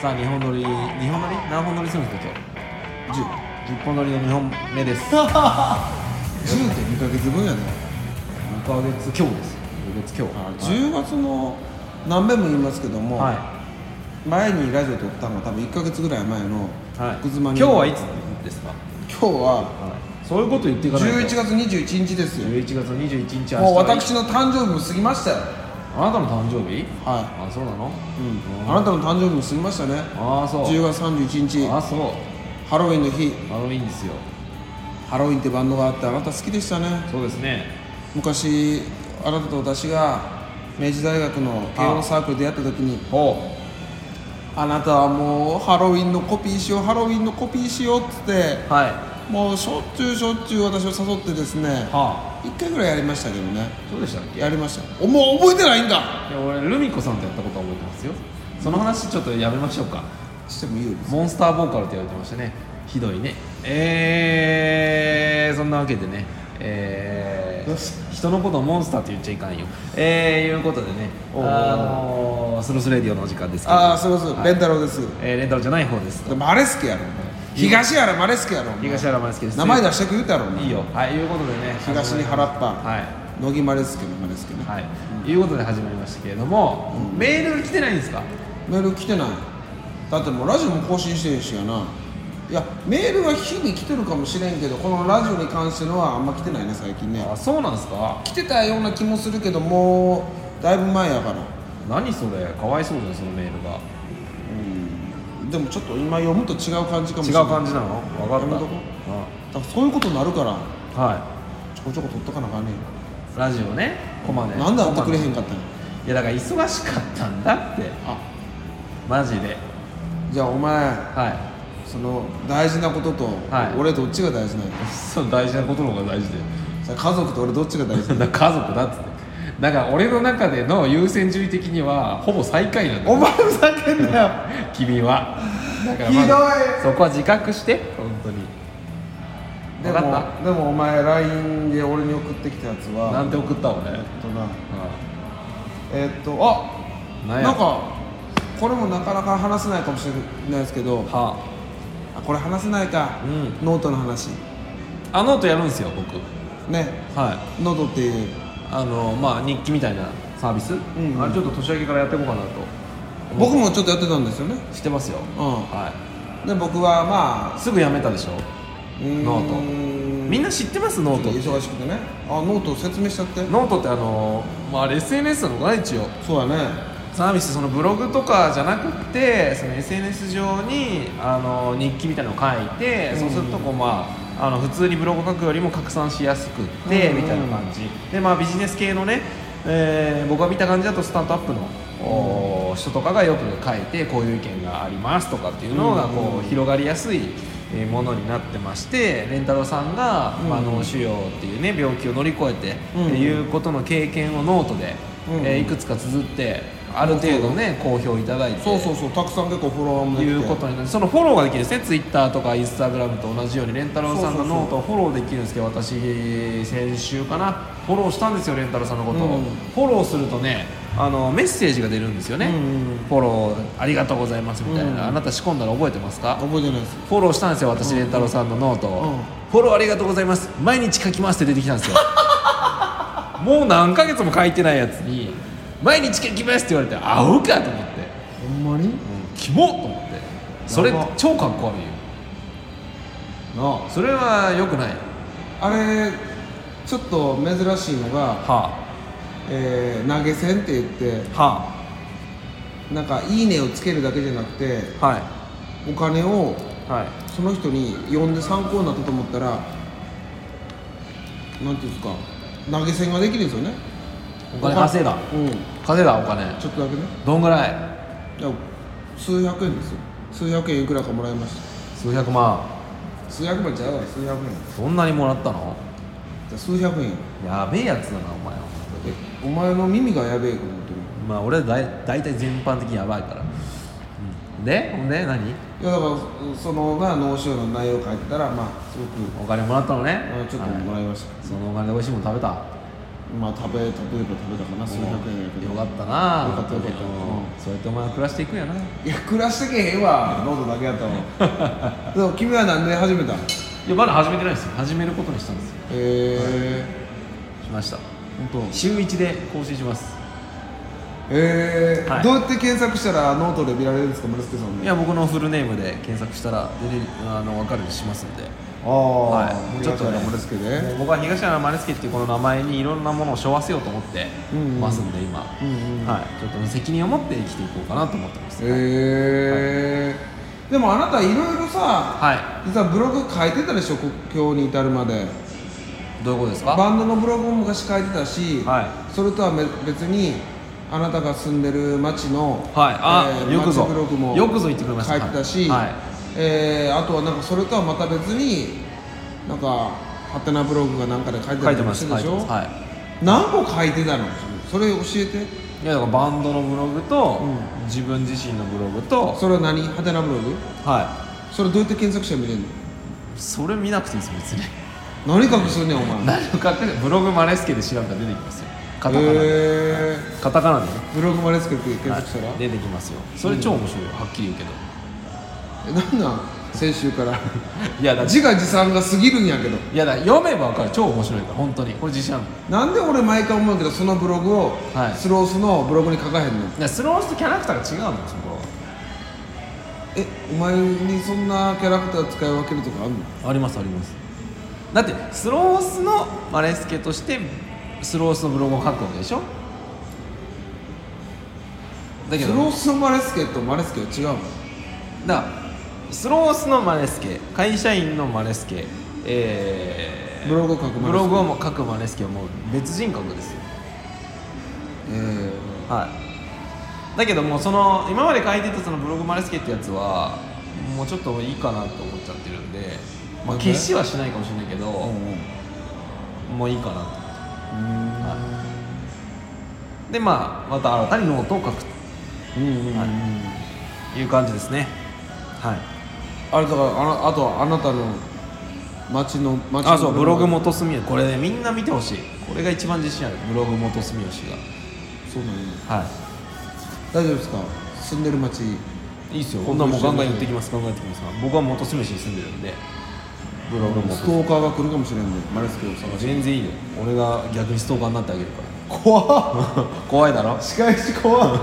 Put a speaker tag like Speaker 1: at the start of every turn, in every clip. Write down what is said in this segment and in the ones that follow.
Speaker 1: さあ日本撮り日本撮り何本撮りするんですか今日10 10本撮りの2本目です2ヶ
Speaker 2: 10って2ヶ月分やね
Speaker 1: 月今日です2ヶ月今日
Speaker 2: 10月の何遍も言いますけども、
Speaker 1: はい、
Speaker 2: 前にラジオ撮ったのが多分1ヶ月ぐらい前の
Speaker 1: はい
Speaker 2: 福妻
Speaker 1: 今
Speaker 2: に
Speaker 1: 日はいつですか、
Speaker 2: 今日は
Speaker 1: そういうこと言っていかないと
Speaker 2: 11月21日ですよ
Speaker 1: 11月21日明日
Speaker 2: もう私の誕生日も過ぎましたよ
Speaker 1: あなたの誕生日
Speaker 2: は
Speaker 1: あそうなの
Speaker 2: い、うん、あなたの誕生日も過ぎましたね
Speaker 1: ああそう
Speaker 2: 10月31日
Speaker 1: あそう
Speaker 2: ハロウィンの日
Speaker 1: ハロウィンですよ
Speaker 2: ハロウィンってバンドがあってあなた好きでしたね
Speaker 1: そうですね
Speaker 2: 昔あなたと私が明治大学の慶応サークルでやった時に
Speaker 1: ほ
Speaker 2: あなたはもうハロウィンのコピーしようハロウィンのコピーしようっつって
Speaker 1: うはい
Speaker 2: もうしょっちゅうしょっちゅう私を誘ってですね
Speaker 1: はあ
Speaker 2: 一回ぐらいやりましたけどね
Speaker 1: そうでしたっけ
Speaker 2: やりましたおもう覚えてないんだ
Speaker 1: いや俺ルミ子さんとやったことは覚えてますよその話ちょっとやめましょうか
Speaker 2: してもいいよ
Speaker 1: モンスターボーカルって言われてましたねひどいねえー、そんなわけでねえ
Speaker 2: よし
Speaker 1: ー、人のことをモンスターって言っちゃいかんよえー、いうことでね
Speaker 2: おうおうおう
Speaker 1: あのー、スロスレディオのお時間ですけど
Speaker 2: ああそうそう
Speaker 1: はい
Speaker 2: レンタロウです
Speaker 1: えーレンタルじゃない方です
Speaker 2: マレスケやろお前東原マレスケやろお前
Speaker 1: 東原真介です
Speaker 2: 名前出してく言うたろお前
Speaker 1: いいよはいいうことでね
Speaker 2: 東に原っぱ
Speaker 1: は
Speaker 2: 乃木マレスケのマレスケね
Speaker 1: いはい、いうことで始まりましたけれども、メール来てないんですか
Speaker 2: メール来てないだってもうラジオも更新してるしやないやメールは日々来てるかもしれんけどこのラジオに関してのはあんま来てないね最近ね
Speaker 1: あそうなんですか
Speaker 2: 来てたような気もするけどもうだいぶ前やから
Speaker 1: 何それかわいそうじゃんそのメールが
Speaker 2: うんでもちょっと今読むと違う感じかもし
Speaker 1: 違
Speaker 2: れ
Speaker 1: う
Speaker 2: ない
Speaker 1: 感じなの分かっ
Speaker 2: やめとこだからそういうことになるから
Speaker 1: たうんは
Speaker 2: ちょこちょこ取っとかなあかんね
Speaker 1: いラジオねコマね
Speaker 2: んなんで会ってくれへ
Speaker 1: コ
Speaker 2: んかったんや
Speaker 1: マのいやだから忙しかったんだって
Speaker 2: あ
Speaker 1: マジで
Speaker 2: じゃあお前
Speaker 1: は
Speaker 2: その大事なことと、
Speaker 1: はい
Speaker 2: 俺どっちが大事なん
Speaker 1: い
Speaker 2: や
Speaker 1: そう大事なことの方が大事で
Speaker 2: それ家族と俺どっちが 大事な
Speaker 1: だから家族だっつってだから俺の中での優先順位的にはほぼ最下位なんだ
Speaker 2: お前ふざけんなよ
Speaker 1: 君はだから、
Speaker 2: ひどい
Speaker 1: そこは自覚して本当に
Speaker 2: で
Speaker 1: 分
Speaker 2: も
Speaker 1: かっ
Speaker 2: でもお前 LINE で俺に送ってきたやつ
Speaker 1: たな
Speaker 2: は
Speaker 1: んて送った俺
Speaker 2: えっとな
Speaker 1: う
Speaker 2: えっと
Speaker 1: ん
Speaker 2: あ
Speaker 1: 何や
Speaker 2: なんかこれもなかなか話せないかもしれないですけど
Speaker 1: は
Speaker 2: あこれ話せないか、
Speaker 1: う
Speaker 2: ノートの話
Speaker 1: ああノートやるんですよ僕
Speaker 2: ね
Speaker 1: はい
Speaker 2: ノートっていう
Speaker 1: あのまあ日記みたいなサービス、
Speaker 2: んうん
Speaker 1: あれちょっと年明けからやっていこうかなと
Speaker 2: 僕もちょっとやってたんですよね
Speaker 1: してますよ、
Speaker 2: うん
Speaker 1: は
Speaker 2: で僕はまあ
Speaker 1: い、すぐやめたでしょ
Speaker 2: うーん
Speaker 1: ノートみんな知ってますノート
Speaker 2: 忙しくてねあノート説明しちゃって
Speaker 1: ノートってあのまああれ SNS なのかな一応
Speaker 2: そうだね
Speaker 1: サービスそのブログとかじゃなくってその SNS 上にあの日記みたいなのを書いて、そうするとこうまああの普通にブログ書くよりも拡散しやすくって、
Speaker 2: うんうん
Speaker 1: みたいな感じでまあビジネス系のね、えー僕が見た感じだとスタートアップの、おー人とかがよく書いてこういう意見がありますとかっていうのがこう、広がりやすいえーものになってましてレンタロウさんが、まあ、脳腫瘍っていうね病気を乗り越えて、
Speaker 2: うん
Speaker 1: っていうことの経験をノートで、
Speaker 2: うん
Speaker 1: えーいくつか綴ってある程度ね好評いただいて
Speaker 2: そうそうそうたくさん結構フォロワーもできて
Speaker 1: いうことになるそのフォローができるんですねツイッターとかインスタグラムと同じようにレンタロウさん
Speaker 2: そう
Speaker 1: の
Speaker 2: そうそう
Speaker 1: ノートをフォローできるんですけど私先週かなフォローしたんですよレンタロウさんのことを、
Speaker 2: うん
Speaker 1: フォローするとねあのメッセージが出るんですよね、
Speaker 2: うんうんうん
Speaker 1: フォローありがとうございますみたいな、
Speaker 2: うん
Speaker 1: あなた仕込んだら覚えてますか
Speaker 2: 覚えてないです
Speaker 1: フォローしたんですよ私レンタロウさんのノートを、
Speaker 2: うん
Speaker 1: フォローありがとうございます毎日書きますって出てきたん ですよもう何ヶ月も書いてないやつに「毎日書きます」って言われて「あうか」と思って
Speaker 2: ほんまに
Speaker 1: 「キモっ!」と思ってそれ
Speaker 2: やば
Speaker 1: 超かっこ悪いよなあそれはよくない
Speaker 2: あれちょっと珍しいのが、
Speaker 1: は
Speaker 2: えー投げ銭って言って
Speaker 1: あは
Speaker 2: なんか「いいね」をつけるだけじゃなくて
Speaker 1: あはい
Speaker 2: お金を
Speaker 1: はい
Speaker 2: その人に呼んで参考になったと思ったらなんていうんですか投げ銭ができるんですよね
Speaker 1: お金稼いだ
Speaker 2: うん
Speaker 1: 稼いだお金
Speaker 2: ちょっとだけね
Speaker 1: どんぐらい
Speaker 2: いや数百円ですよ数百円いくらかもらいました
Speaker 1: 数百万
Speaker 2: 数百万ちゃうわ数百円
Speaker 1: そんなにもらったの
Speaker 2: じゃあ数百円
Speaker 1: やべえやつだなお前は
Speaker 2: えお前の耳がやべえか思ってる
Speaker 1: まあ俺はだい大体全般的にやばいから、うん、でほんで何
Speaker 2: いやだからそのが脳腫瘍の内容を書いてたらまあすごく
Speaker 1: お金もらったのね
Speaker 2: あのちょっと
Speaker 1: はい
Speaker 2: もらいました、
Speaker 1: そのお金で美味しいもの食べた
Speaker 2: まあ食べ例えば食べたかな数百円やけど
Speaker 1: よかったな
Speaker 2: よかったよ
Speaker 1: うん
Speaker 2: かった
Speaker 1: そうやってお前は暮らしていくんやない
Speaker 2: や暮らしてけへんわノートだけやったわ でも君は何で始めたへ
Speaker 1: いやまだ始めてないですよ始めることにしたんですよ
Speaker 2: え
Speaker 1: しました
Speaker 2: 本当。
Speaker 1: 週1で更新します
Speaker 2: えー
Speaker 1: はい
Speaker 2: どうやって検索したらノートで見られるんですか村助さんの
Speaker 1: いや僕のフルネームで検索したら出れるあの分かるようにしますんで
Speaker 2: ああ、
Speaker 1: はい
Speaker 2: ちょっとね村助で、
Speaker 1: もう僕は東山マネスケっていうこの名前にいろんなものを背負わせようと思って
Speaker 2: うんうん
Speaker 1: ますんで今、
Speaker 2: うんうん
Speaker 1: はい、ちょっと責任を持って生きていこうかなと思ってます、
Speaker 2: へえでもあなたいろいろさ
Speaker 1: は
Speaker 2: 実はブログ書いてたでしょ国境に至るまで
Speaker 1: いどういうことですか
Speaker 2: バンドのブログも昔書いてたし、
Speaker 1: は
Speaker 2: それとはめ別にあなたが住んでる町の、
Speaker 1: はいあよくぞ
Speaker 2: 町ブログも
Speaker 1: よくぞ言ってくれました
Speaker 2: 書いてたし、
Speaker 1: はい
Speaker 2: えーあとはなんかそれとはまた別になんかハテナブログがなんかで書いて
Speaker 1: 書
Speaker 2: た
Speaker 1: いて
Speaker 2: りも
Speaker 1: ま
Speaker 2: し
Speaker 1: す
Speaker 2: て
Speaker 1: 書
Speaker 2: た
Speaker 1: い
Speaker 2: でして
Speaker 1: ま
Speaker 2: ょ、
Speaker 1: すはい
Speaker 2: 何個書いてたのそれ教えて
Speaker 1: いやだからバンドのブログと、
Speaker 2: う
Speaker 1: 自分自身のブログと
Speaker 2: それは何ハテナブログ
Speaker 1: は
Speaker 2: それどうやって検索して見れるの
Speaker 1: いそれ見なくていいです別に
Speaker 2: 何隠すんねんお前
Speaker 1: 何を買ってブログマネスケで調べたら出てきますよカタカナで、
Speaker 2: へえ
Speaker 1: カタカナでね
Speaker 2: ブログマネスケって検索したら、
Speaker 1: はい出てきますよそれ超面白いよはっきり言うけど
Speaker 2: えなんなん先週から
Speaker 1: いやだ
Speaker 2: 自画自賛が過ぎるんやけど
Speaker 1: いやだ読めば分かる超面白いから本当にこれ自信あるの
Speaker 2: なんで俺毎回思うけどそのブログを、
Speaker 1: はい
Speaker 2: スロースのブログに書かへ
Speaker 1: い
Speaker 2: んの
Speaker 1: やスロースとキャラクターが違うのそこ
Speaker 2: えお前にそんなキャラクター使い分けるとかあんの
Speaker 1: はありますありますだってスロースのマレスケとしてスロースのブログを書くわけでしょだけ
Speaker 2: ス
Speaker 1: ど
Speaker 2: ロースのマレスケとマレスケは違うの
Speaker 1: だからスロースのマネスケ会社員のマネスケ、えー
Speaker 2: ブログを書くマネスケ
Speaker 1: ブログをも書くマネスケはもう別人格ですよ
Speaker 2: え
Speaker 1: はいだけどもうその今まで書いてたそのブログマネスケってやつはもうちょっといいかなと思っちゃってるんで、まあ、
Speaker 2: なんで
Speaker 1: 消しはしないかもしれないけど、
Speaker 2: え
Speaker 1: もういいかなと
Speaker 2: うん
Speaker 1: はいでまあまた新たにノートを書く
Speaker 2: うんうんうん、
Speaker 1: はいという感じですねはい
Speaker 2: あれだからあなあとはあなたの町の町の
Speaker 1: あそうブログ元住吉これねみんな見てほしいこれが一番自信あるブログ元住吉
Speaker 2: そうなんや
Speaker 1: がは
Speaker 2: 大丈夫ですか住んでる町
Speaker 1: いいいっすよこんなもうガンガン言ってきますガンガン言ってきます僕は元住吉に住んでるんでブログ
Speaker 2: ス
Speaker 1: 元
Speaker 2: トーカーが来るかもしれんのマレスケを探して
Speaker 1: 全然いいよ俺が逆にストーカーになってあげるか
Speaker 2: 怖っ
Speaker 1: ら 怖いだろ
Speaker 2: 仕返し怖っ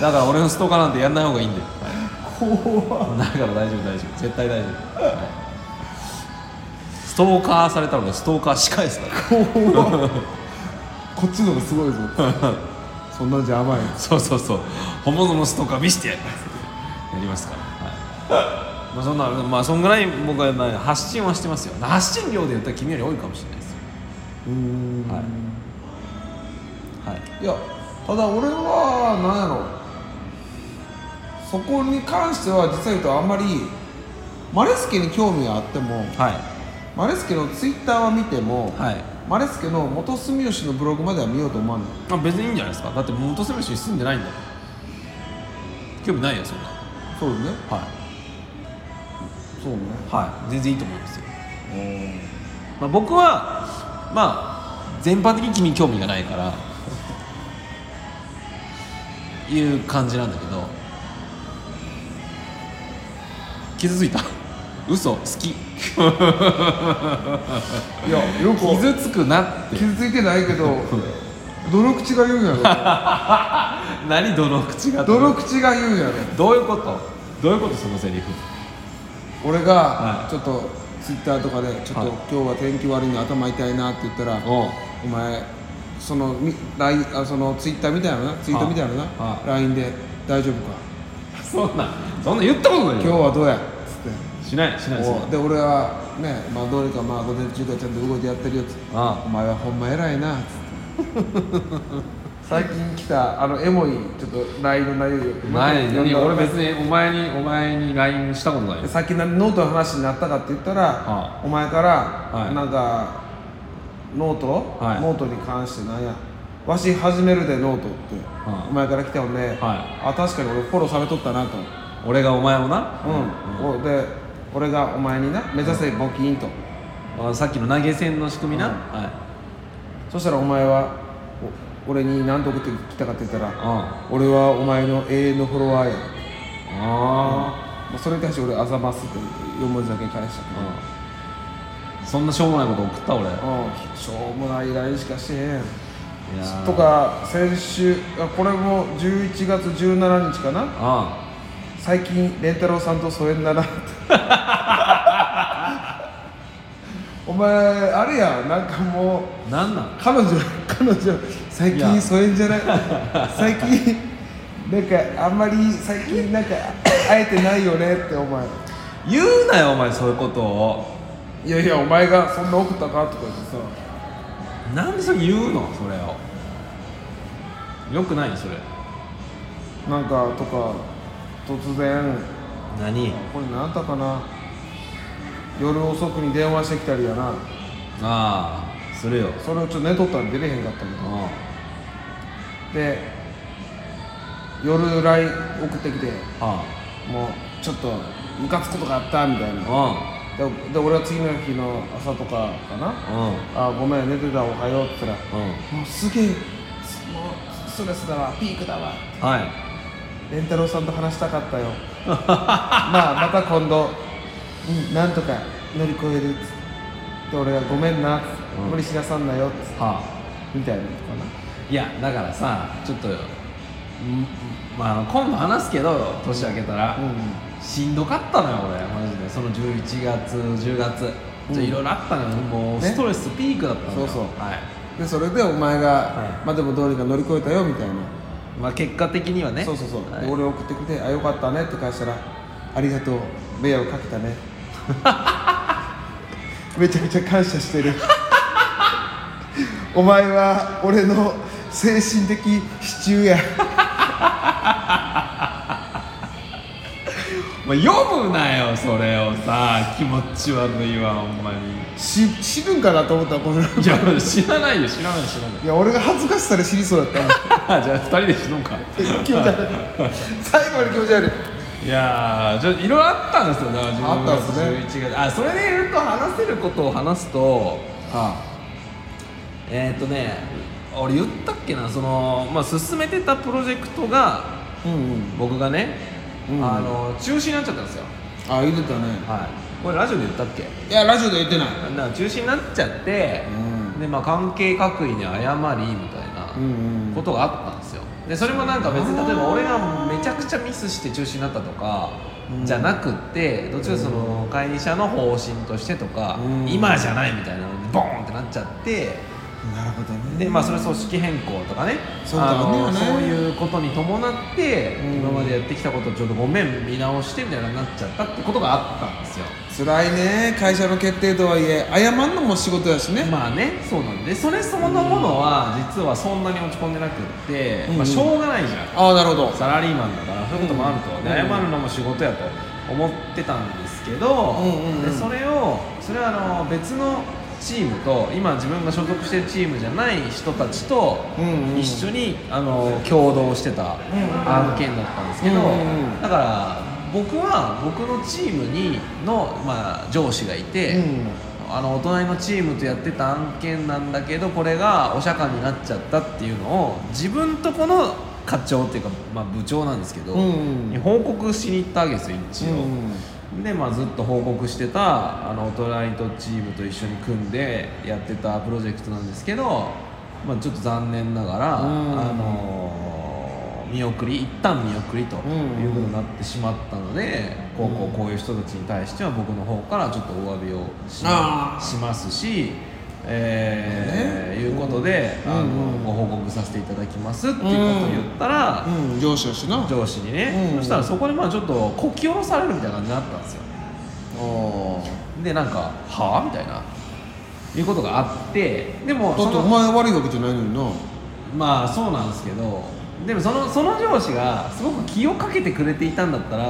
Speaker 1: だから俺のストーカーなんてやんない方がいいんだよ、
Speaker 2: 怖っ
Speaker 1: だから大丈夫大丈夫絶対大丈夫、ストーカーされたら俺ストーカー仕返すから
Speaker 2: こっちの方がす ごいぞそんなんじゃ甘い
Speaker 1: そうそうそう本物のストーカー見してやるやりますから、はい、まあそんなまあそんぐらい僕はまあ発信はしてますよ発信量で言ったら君より多いかもしれないですよ
Speaker 2: うーん
Speaker 1: はいはい
Speaker 2: いやただ俺は何やろそこに関しては実は言うとあんまりマレスケに興味があっても
Speaker 1: はい
Speaker 2: マレスケのツイッターは見ても、
Speaker 1: はい
Speaker 2: マレスケの元住吉のブログまでは見ようと思わない
Speaker 1: まあ別にいいんじゃないですかだって元住吉に住んでないんだよ興味ないよそんな
Speaker 2: そうね
Speaker 1: はい
Speaker 2: そうね
Speaker 1: はい全然いいと思いますよ、
Speaker 2: おー
Speaker 1: まあ、僕はまあ全般的に君に興味がないからいう感じなんだけど傷ついた嘘好き
Speaker 2: いやよく
Speaker 1: 傷つくなって
Speaker 2: 傷ついてないけど どの口が言うんや
Speaker 1: 何泥口が
Speaker 2: ろどの口が言うんやろ
Speaker 1: どういうことどういうことそのセリフ
Speaker 2: 俺
Speaker 1: は
Speaker 2: がちょっとツイッターとかでちょっと
Speaker 1: はい
Speaker 2: 今日は天気悪いんで頭痛いなって言ったら
Speaker 1: おう
Speaker 2: お前そのみラインあそのツイッターみたいなのなツイートみたいなの
Speaker 1: は
Speaker 2: な LINE で大丈夫か
Speaker 1: そんなそんな言ったことな
Speaker 2: 今
Speaker 1: い
Speaker 2: 日
Speaker 1: よ
Speaker 2: はどうやっつっ
Speaker 1: しないしない
Speaker 2: て
Speaker 1: しない
Speaker 2: おうで俺はねまあどうにかまあ午前中からちゃんと動いてやってるよっつって
Speaker 1: あ
Speaker 2: お前はほんま偉 いなっつって最近来たあのエモいちょっと LINE の内容
Speaker 1: あ前
Speaker 2: 読ん
Speaker 1: に
Speaker 2: だ
Speaker 1: 俺別にお前にお前に LINE したことないよ
Speaker 2: さっきなノートの話になったかって言ったら、
Speaker 1: は
Speaker 2: お前から、
Speaker 1: い
Speaker 2: なんかノート、
Speaker 1: はい
Speaker 2: ノートに関してなんやわし始めるでノートって、
Speaker 1: はい
Speaker 2: お前から来たもんね、あ確かに俺フォローされとったなと、
Speaker 1: 俺がお前をな
Speaker 2: うんおで俺がお前にな目指せ募金と、
Speaker 1: あさっきの投げ銭の仕組みな、はい
Speaker 2: そしたらお前は俺に何と送ってきたかって言ったら
Speaker 1: あ
Speaker 2: 「俺はお前の永遠のフォロワーや」
Speaker 1: あ
Speaker 2: まあそれに対して俺「あざます」って4文字だけ返したけど
Speaker 1: ーそんなしょうもないこと送った俺
Speaker 2: うんしょうもない LINE しかしてへん
Speaker 1: いやー
Speaker 2: とか先週あこれも11月17日かな
Speaker 1: あ
Speaker 2: 最近蓮太郎さんと疎遠だ なってお前あれやんなんかもう
Speaker 1: あなんなん
Speaker 2: 彼女彼女最
Speaker 1: いや
Speaker 2: 近疎遠じゃない最近なんかあんまり最近なんか会えてないよねってお前
Speaker 1: 言うなよお前そういうことを
Speaker 2: いやいやお前がそんな送ったかとか言ってさ
Speaker 1: なんでそれ言うのそれをよくないそれ
Speaker 2: なんかとか突然
Speaker 1: 何
Speaker 2: これ何だかな夜遅くに電話してきたりやな
Speaker 1: ああするよ
Speaker 2: それをちょっと寝とったら出れへんかったけど
Speaker 1: あ
Speaker 2: で夜 LINE 送ってきて
Speaker 1: ああ
Speaker 2: もうちょっとムカつくことがあったみたいな
Speaker 1: あ
Speaker 2: でで俺は次の日の朝とかかな
Speaker 1: うんうん
Speaker 2: あごめん寝てたおはようって言った
Speaker 1: うん
Speaker 2: らもうすげえすもうストレスだわピークだわ
Speaker 1: はい
Speaker 2: レンタロウさんと話したかったよ まあまた今度うんなんとか乗り越えるっつって俺がごめんなっつって
Speaker 1: うん
Speaker 2: 無理しなさんなよっつって
Speaker 1: はあ
Speaker 2: みたいなのとかない
Speaker 1: やだからさちょっとんまあ今度話すけど年明けたら、
Speaker 2: う
Speaker 1: しんどかったのよ俺マジでその11月10月
Speaker 2: うん
Speaker 1: ちょいろいろあったのよもう
Speaker 2: ね
Speaker 1: ストレスピークだったのよ、
Speaker 2: そうそう
Speaker 1: はい
Speaker 2: んでそれでお前が、
Speaker 1: はい
Speaker 2: まあでもどうにか乗り越えたよみたいな
Speaker 1: まあ結果的にはね
Speaker 2: そうそうそう、
Speaker 1: は
Speaker 2: で
Speaker 1: い
Speaker 2: 俺送ってきて「あよかったね」って返したら「ありがとう迷惑かけ たね」めちゃくちゃ感謝してる お前は俺の精神的支柱や
Speaker 1: まあ、読むなよそれをさ気持ち悪いわほんま に
Speaker 2: し死ぬんかなと思ったらこ の
Speaker 1: いや知らないよ知らない知らない
Speaker 2: いや俺が恥ずかしさで死にそうだったも
Speaker 1: あ
Speaker 2: ん
Speaker 1: じゃあ2人で死のうか
Speaker 2: 気持ち悪い最後まで気持ち悪い
Speaker 1: いやーじゃあいろいろあったんですよだから自分
Speaker 2: あったん
Speaker 1: すね11月あそれで言うと話せることを話すと
Speaker 2: あ
Speaker 1: えーっ、とね俺言ったっけなその、まあ、進めてたプロジェクトが
Speaker 2: うんうん
Speaker 1: 僕がね、
Speaker 2: うん
Speaker 1: あの中止になっちゃったんですよ
Speaker 2: あ言ってたね
Speaker 1: はいこれラジオで言ったっけ
Speaker 2: いやラジオで言ってない
Speaker 1: だから中止になっちゃって、
Speaker 2: うん
Speaker 1: でまあ関係各位に謝りみたいな
Speaker 2: うんうん
Speaker 1: ことがあったんですよでそれもなんか別に例えば俺がめちゃくちゃミスして中止になったとか
Speaker 2: うん
Speaker 1: じゃなくってどっちかというとその会員者の方針としてとか、
Speaker 2: うん
Speaker 1: 今じゃないみたいなのでボーンってなっちゃって
Speaker 2: なるほどね
Speaker 1: でまあそれ組織変更とかね
Speaker 2: そうだね
Speaker 1: の
Speaker 2: ね
Speaker 1: そういうことに伴って、
Speaker 2: うん
Speaker 1: 今までやってきたことをちょっとごめん見直してみたいなになっちゃったってことがあったんですよ
Speaker 2: 辛いね会社の決定とはいえ謝んのも仕事やしね、
Speaker 1: まあねそうなんでそれそのものは実はそんなに落ち込んでなくって、
Speaker 2: うん
Speaker 1: まあ、しょうがないじゃん
Speaker 2: ああなるほど
Speaker 1: サラリーマンだからそういうこともあると、
Speaker 2: うん
Speaker 1: で謝るのも仕事やと思ってたんですけど、
Speaker 2: うんうんうん
Speaker 1: でそれをそれはあの別のチームと今自分が所属してるチームじゃない人たちと
Speaker 2: うんうん
Speaker 1: 一緒に、あの共同してた
Speaker 2: うんうん
Speaker 1: 案件だったんですけど、
Speaker 2: うんうんうん
Speaker 1: だから僕は僕のチームにの、まあ、上司がいて。
Speaker 2: うん
Speaker 1: あのお隣のチームとやってた案件なんだけどこれがお釈迦になっちゃったっていうのを自分とこの課長っていうか、まあ、部長なんですけど、
Speaker 2: うん
Speaker 1: に報告しに行ったわけですよ一応、で、まあ、ずっと報告してたあのお隣とチームと一緒に組んでやってたプロジェクトなんですけど、まあ、ちょっと残念ながら、
Speaker 2: うん
Speaker 1: あのー見送り一旦見送りという
Speaker 2: うん
Speaker 1: ことになってしまったので、こうこうこういう人たちに対しては僕の方からちょっとお詫びをし
Speaker 2: あー
Speaker 1: しますし。えー
Speaker 2: ね
Speaker 1: いうことで、
Speaker 2: うん
Speaker 1: あ
Speaker 2: うん
Speaker 1: のご報告させていただきますっていうことを言ったら、
Speaker 2: うん上司やしな
Speaker 1: 上司にね、
Speaker 2: うん
Speaker 1: そしたらそこでまあちょっとこき下ろされるみたいな感じになったんですよ
Speaker 2: おー
Speaker 1: でなんか「はあ?」みたいないうことがあってでも
Speaker 2: だ
Speaker 1: そ
Speaker 2: ってお
Speaker 1: の
Speaker 2: 前悪いわけじゃないのにな
Speaker 1: まあそうなんですけどでもそのその上司がすごく気をかけてくれていたんだったら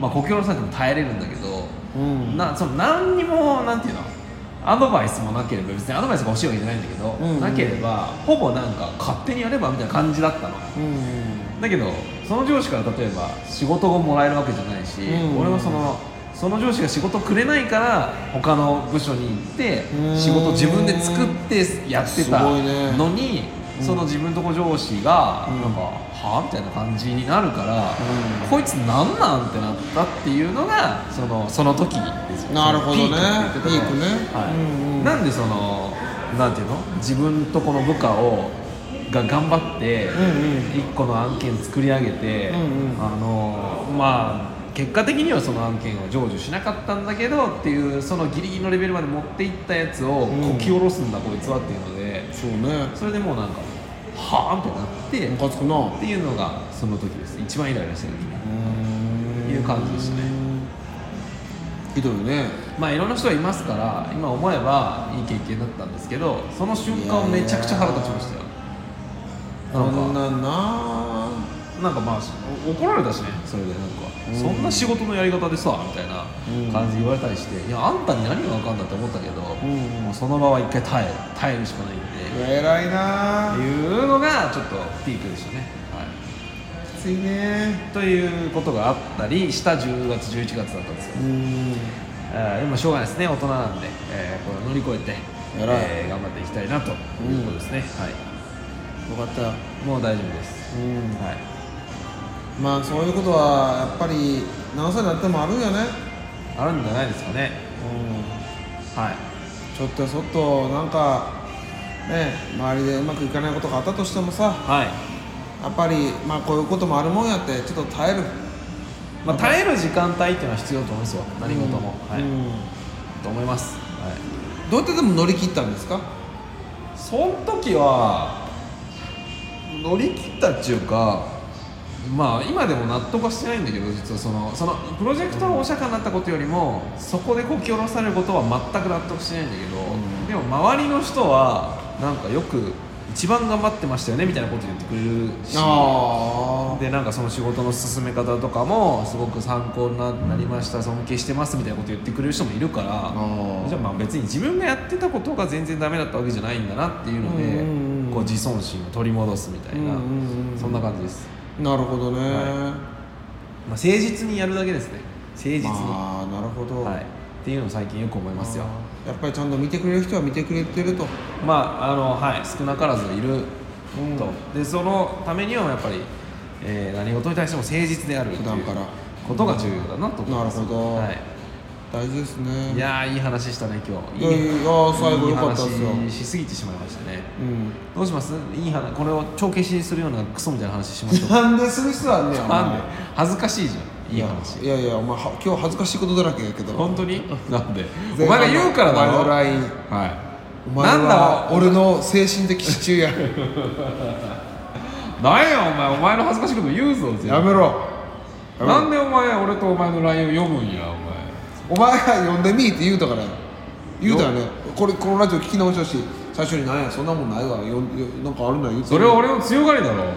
Speaker 1: まあこき下ろされても耐えれるんだけど、
Speaker 2: うん
Speaker 1: なその何にもなんていうのアドバイスもなければ別にアドバイスが欲しいわけじゃないんだけど、
Speaker 2: うんうん
Speaker 1: なければほぼなんか勝手にやればみたいな感じだったの
Speaker 2: うん
Speaker 1: だけどその上司から例えば仕事をもらえるわけじゃないし、
Speaker 2: うん
Speaker 1: 俺はそのその上司が仕事くれないから他の部署に行って
Speaker 2: うん
Speaker 1: 仕事自分で作ってやってた
Speaker 2: すごいね
Speaker 1: のにその自分とこ上司が
Speaker 2: うん
Speaker 1: なんか、はあみたいな感じになるから、
Speaker 2: うん
Speaker 1: こいつなんなんってなったっていうのがそのその時ですよ
Speaker 2: なるほどね
Speaker 1: そのピークって言ってたの
Speaker 2: ピークね
Speaker 1: はい
Speaker 2: うんうん
Speaker 1: なんでそのなんていうの自分とこの部下をが頑張って
Speaker 2: うん
Speaker 1: 一個の案件作り上げて、
Speaker 2: うんうん
Speaker 1: あのまあ結果的にはその案件を成就しなかったんだけどっていうそのギリギリのレベルまで持っていったやつをこ
Speaker 2: うん
Speaker 1: き下ろすんだ、こいつはっていうので
Speaker 2: そうね
Speaker 1: それでもうなんかはあってなっ
Speaker 2: ム
Speaker 1: て
Speaker 2: カつくなう
Speaker 1: っていうのがその時です一番イライラしてる時
Speaker 2: ーん
Speaker 1: いう感じでしたね
Speaker 2: ひどいね
Speaker 1: まあいろんな人がいますから今思えばいい経験だったんですけどその瞬間めちゃくちゃ腹立ちましたよ
Speaker 2: こ
Speaker 1: なん
Speaker 2: ん
Speaker 1: か
Speaker 2: なんな
Speaker 1: なんかまあお怒られたしねそれでなんか、
Speaker 2: うん
Speaker 1: そんな仕事のやり方でさみたいな感じで言われたりして、いやあんたに何が分かんだって思ったけど、
Speaker 2: ん
Speaker 1: もうその場は一回耐え耐えるしかないんで、
Speaker 2: 偉いな
Speaker 1: っていうのがちょっとピークでしたね、はい
Speaker 2: きついね
Speaker 1: ということがあったりした10月11月だったんですよ
Speaker 2: う、ん
Speaker 1: あーでもしょうがないですね大人なんで、えーこれを乗り越えて、
Speaker 2: 偉い
Speaker 1: えー頑張っていきたいなということですね、はい
Speaker 2: よかったよ
Speaker 1: もう大丈夫です、
Speaker 2: うん
Speaker 1: はい
Speaker 2: まあそういうことはやっぱり何歳になってもあるんやね
Speaker 1: あるんじゃないですかね
Speaker 2: うん
Speaker 1: はい
Speaker 2: ちょっとそっとなんかね周りでうまくいかないことがあったとしてもさ
Speaker 1: はい
Speaker 2: やっぱりまあこういうこともあるもんやってちょっと耐える
Speaker 1: まあ、耐える時間帯っていうのは必要だと思うんですよ何事も、
Speaker 2: うん
Speaker 1: はい
Speaker 2: うん
Speaker 1: と思います、はい、
Speaker 2: どうやってでも乗り切ったんですか
Speaker 1: その時は乗り切ったっていうかまあ今でも納得はしてないんだけど実はそのそのプロジェクトのお釈迦になったことよりもそこでこき下ろされることは全く納得してないんだけど、
Speaker 2: ん
Speaker 1: でも周りの人はなんかよく一番頑張ってましたよねみたいなこと言ってくれるし
Speaker 2: あ
Speaker 1: でなんかその仕事の進め方とかもすごく参考にななりました尊敬してますみたいなこと言ってくれる人もいるから
Speaker 2: ー
Speaker 1: じゃあまあ別に自分がやってたことが全然ダメだったわけじゃないんだなっていうので、
Speaker 2: うんうんうん
Speaker 1: こう自尊心を取り戻すみたいな、
Speaker 2: うんうんうん
Speaker 1: そんな感じです、
Speaker 2: なるほどね、
Speaker 1: はまあ、誠実にやるだけですね誠実に、
Speaker 2: ああなるほど、
Speaker 1: はい、っていうのを最近よく思いますよ
Speaker 2: やっぱりちゃんと見てくれる人は見てくれてると
Speaker 1: まああのはい少なからずいる
Speaker 2: うん
Speaker 1: と、でそのためにはやっぱり、えー何事に対しても誠実であるっていう
Speaker 2: 普段から
Speaker 1: ことが重要だなと思います
Speaker 2: なるほど
Speaker 1: はい
Speaker 2: 大事ですね
Speaker 1: いやーいい話したね今日
Speaker 2: いやいやいや最後良かったっすよ
Speaker 1: いい話しすぎてしまいましたね
Speaker 2: うん
Speaker 1: どうしますいい話これを帳消しにするようなクソみたいな話しま しょう
Speaker 2: なんでする必要あんねやお前
Speaker 1: なんで恥ずかしいじゃんいい話
Speaker 2: いやいやお前は今日恥ずかしいことだらけやけど
Speaker 1: 本当 になんでお
Speaker 2: 前
Speaker 1: 前が言うからだろ
Speaker 2: お前のライン
Speaker 1: はい
Speaker 2: お前
Speaker 1: なん
Speaker 2: は
Speaker 1: だ
Speaker 2: 俺の精神的支柱や
Speaker 1: なんやお前お前の恥ずかしいこと言うぞ全部
Speaker 2: やめろやめろ
Speaker 1: なんでお前俺とお前の LINE を読むんや
Speaker 2: お前が呼んでみーって言うたから言うたよねこれこのラジオ聞き直してほしい最初に「なんやそんなもんないわよんよなんかあるなら言
Speaker 1: お前
Speaker 2: うて
Speaker 1: それは俺の強がりだろお前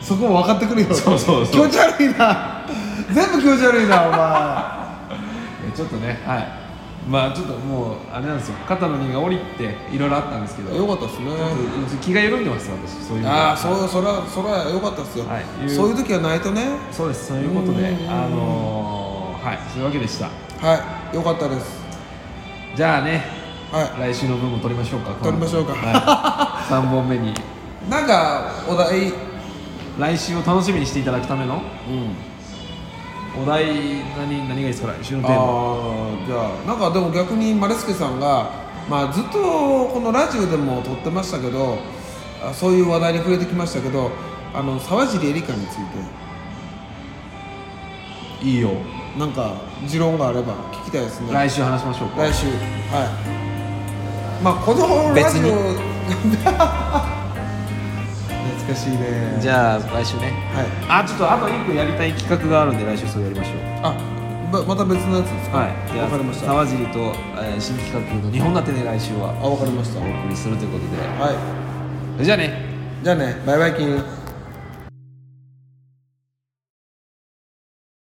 Speaker 2: そこも分かってくれよ
Speaker 1: そうそうそう
Speaker 2: 気持ち悪いな全部気持ち悪いな
Speaker 1: えちょっとねはいまあちょっともうあれなんですよ肩の荷が下りていろいろあったんですけ
Speaker 2: お
Speaker 1: ど
Speaker 2: 前よかったっすね
Speaker 1: 気が緩んでます私そういう意味では
Speaker 2: ああそうそれはそれはよかったっすよ、
Speaker 1: はい
Speaker 2: そういう時はないとね
Speaker 1: そうですそういうことで
Speaker 2: うんうんうん
Speaker 1: あのー、はいそういうわけでした
Speaker 2: はいよかったです
Speaker 1: じゃあね
Speaker 2: は
Speaker 1: 来週の分も取りましょうか
Speaker 2: 撮りましょうか
Speaker 1: はい、3本目に
Speaker 2: いなんかお題
Speaker 1: 来週を楽しみにしていただくための
Speaker 2: うん
Speaker 1: お題何何がいいですか来週のテーマ
Speaker 2: ああじゃあなんかでも逆にマレスケさんが、まあ、ずっとこのラジオでも撮ってましたけどあそういう話題に触れてきましたけどあの沢尻エリカについて
Speaker 1: いいよ
Speaker 2: なんか持論があれば聞きたいですね来
Speaker 1: 来週話しましょうか
Speaker 2: 週はいまあこのラジ
Speaker 1: 別
Speaker 2: オ懐かしいね
Speaker 1: じゃあ来週ね
Speaker 2: はい
Speaker 1: あちょっとあと1個やりたい企画があるんで来週それやりましょう
Speaker 2: あままた別のやつですか
Speaker 1: はいじゃ
Speaker 2: わ
Speaker 1: あ
Speaker 2: かりましたあ
Speaker 1: 沢尻と、えー新企画の2本立てで来週は
Speaker 2: わかりました
Speaker 1: お送りするということ
Speaker 2: はい
Speaker 1: でじゃあね
Speaker 2: じゃあねバイバイキン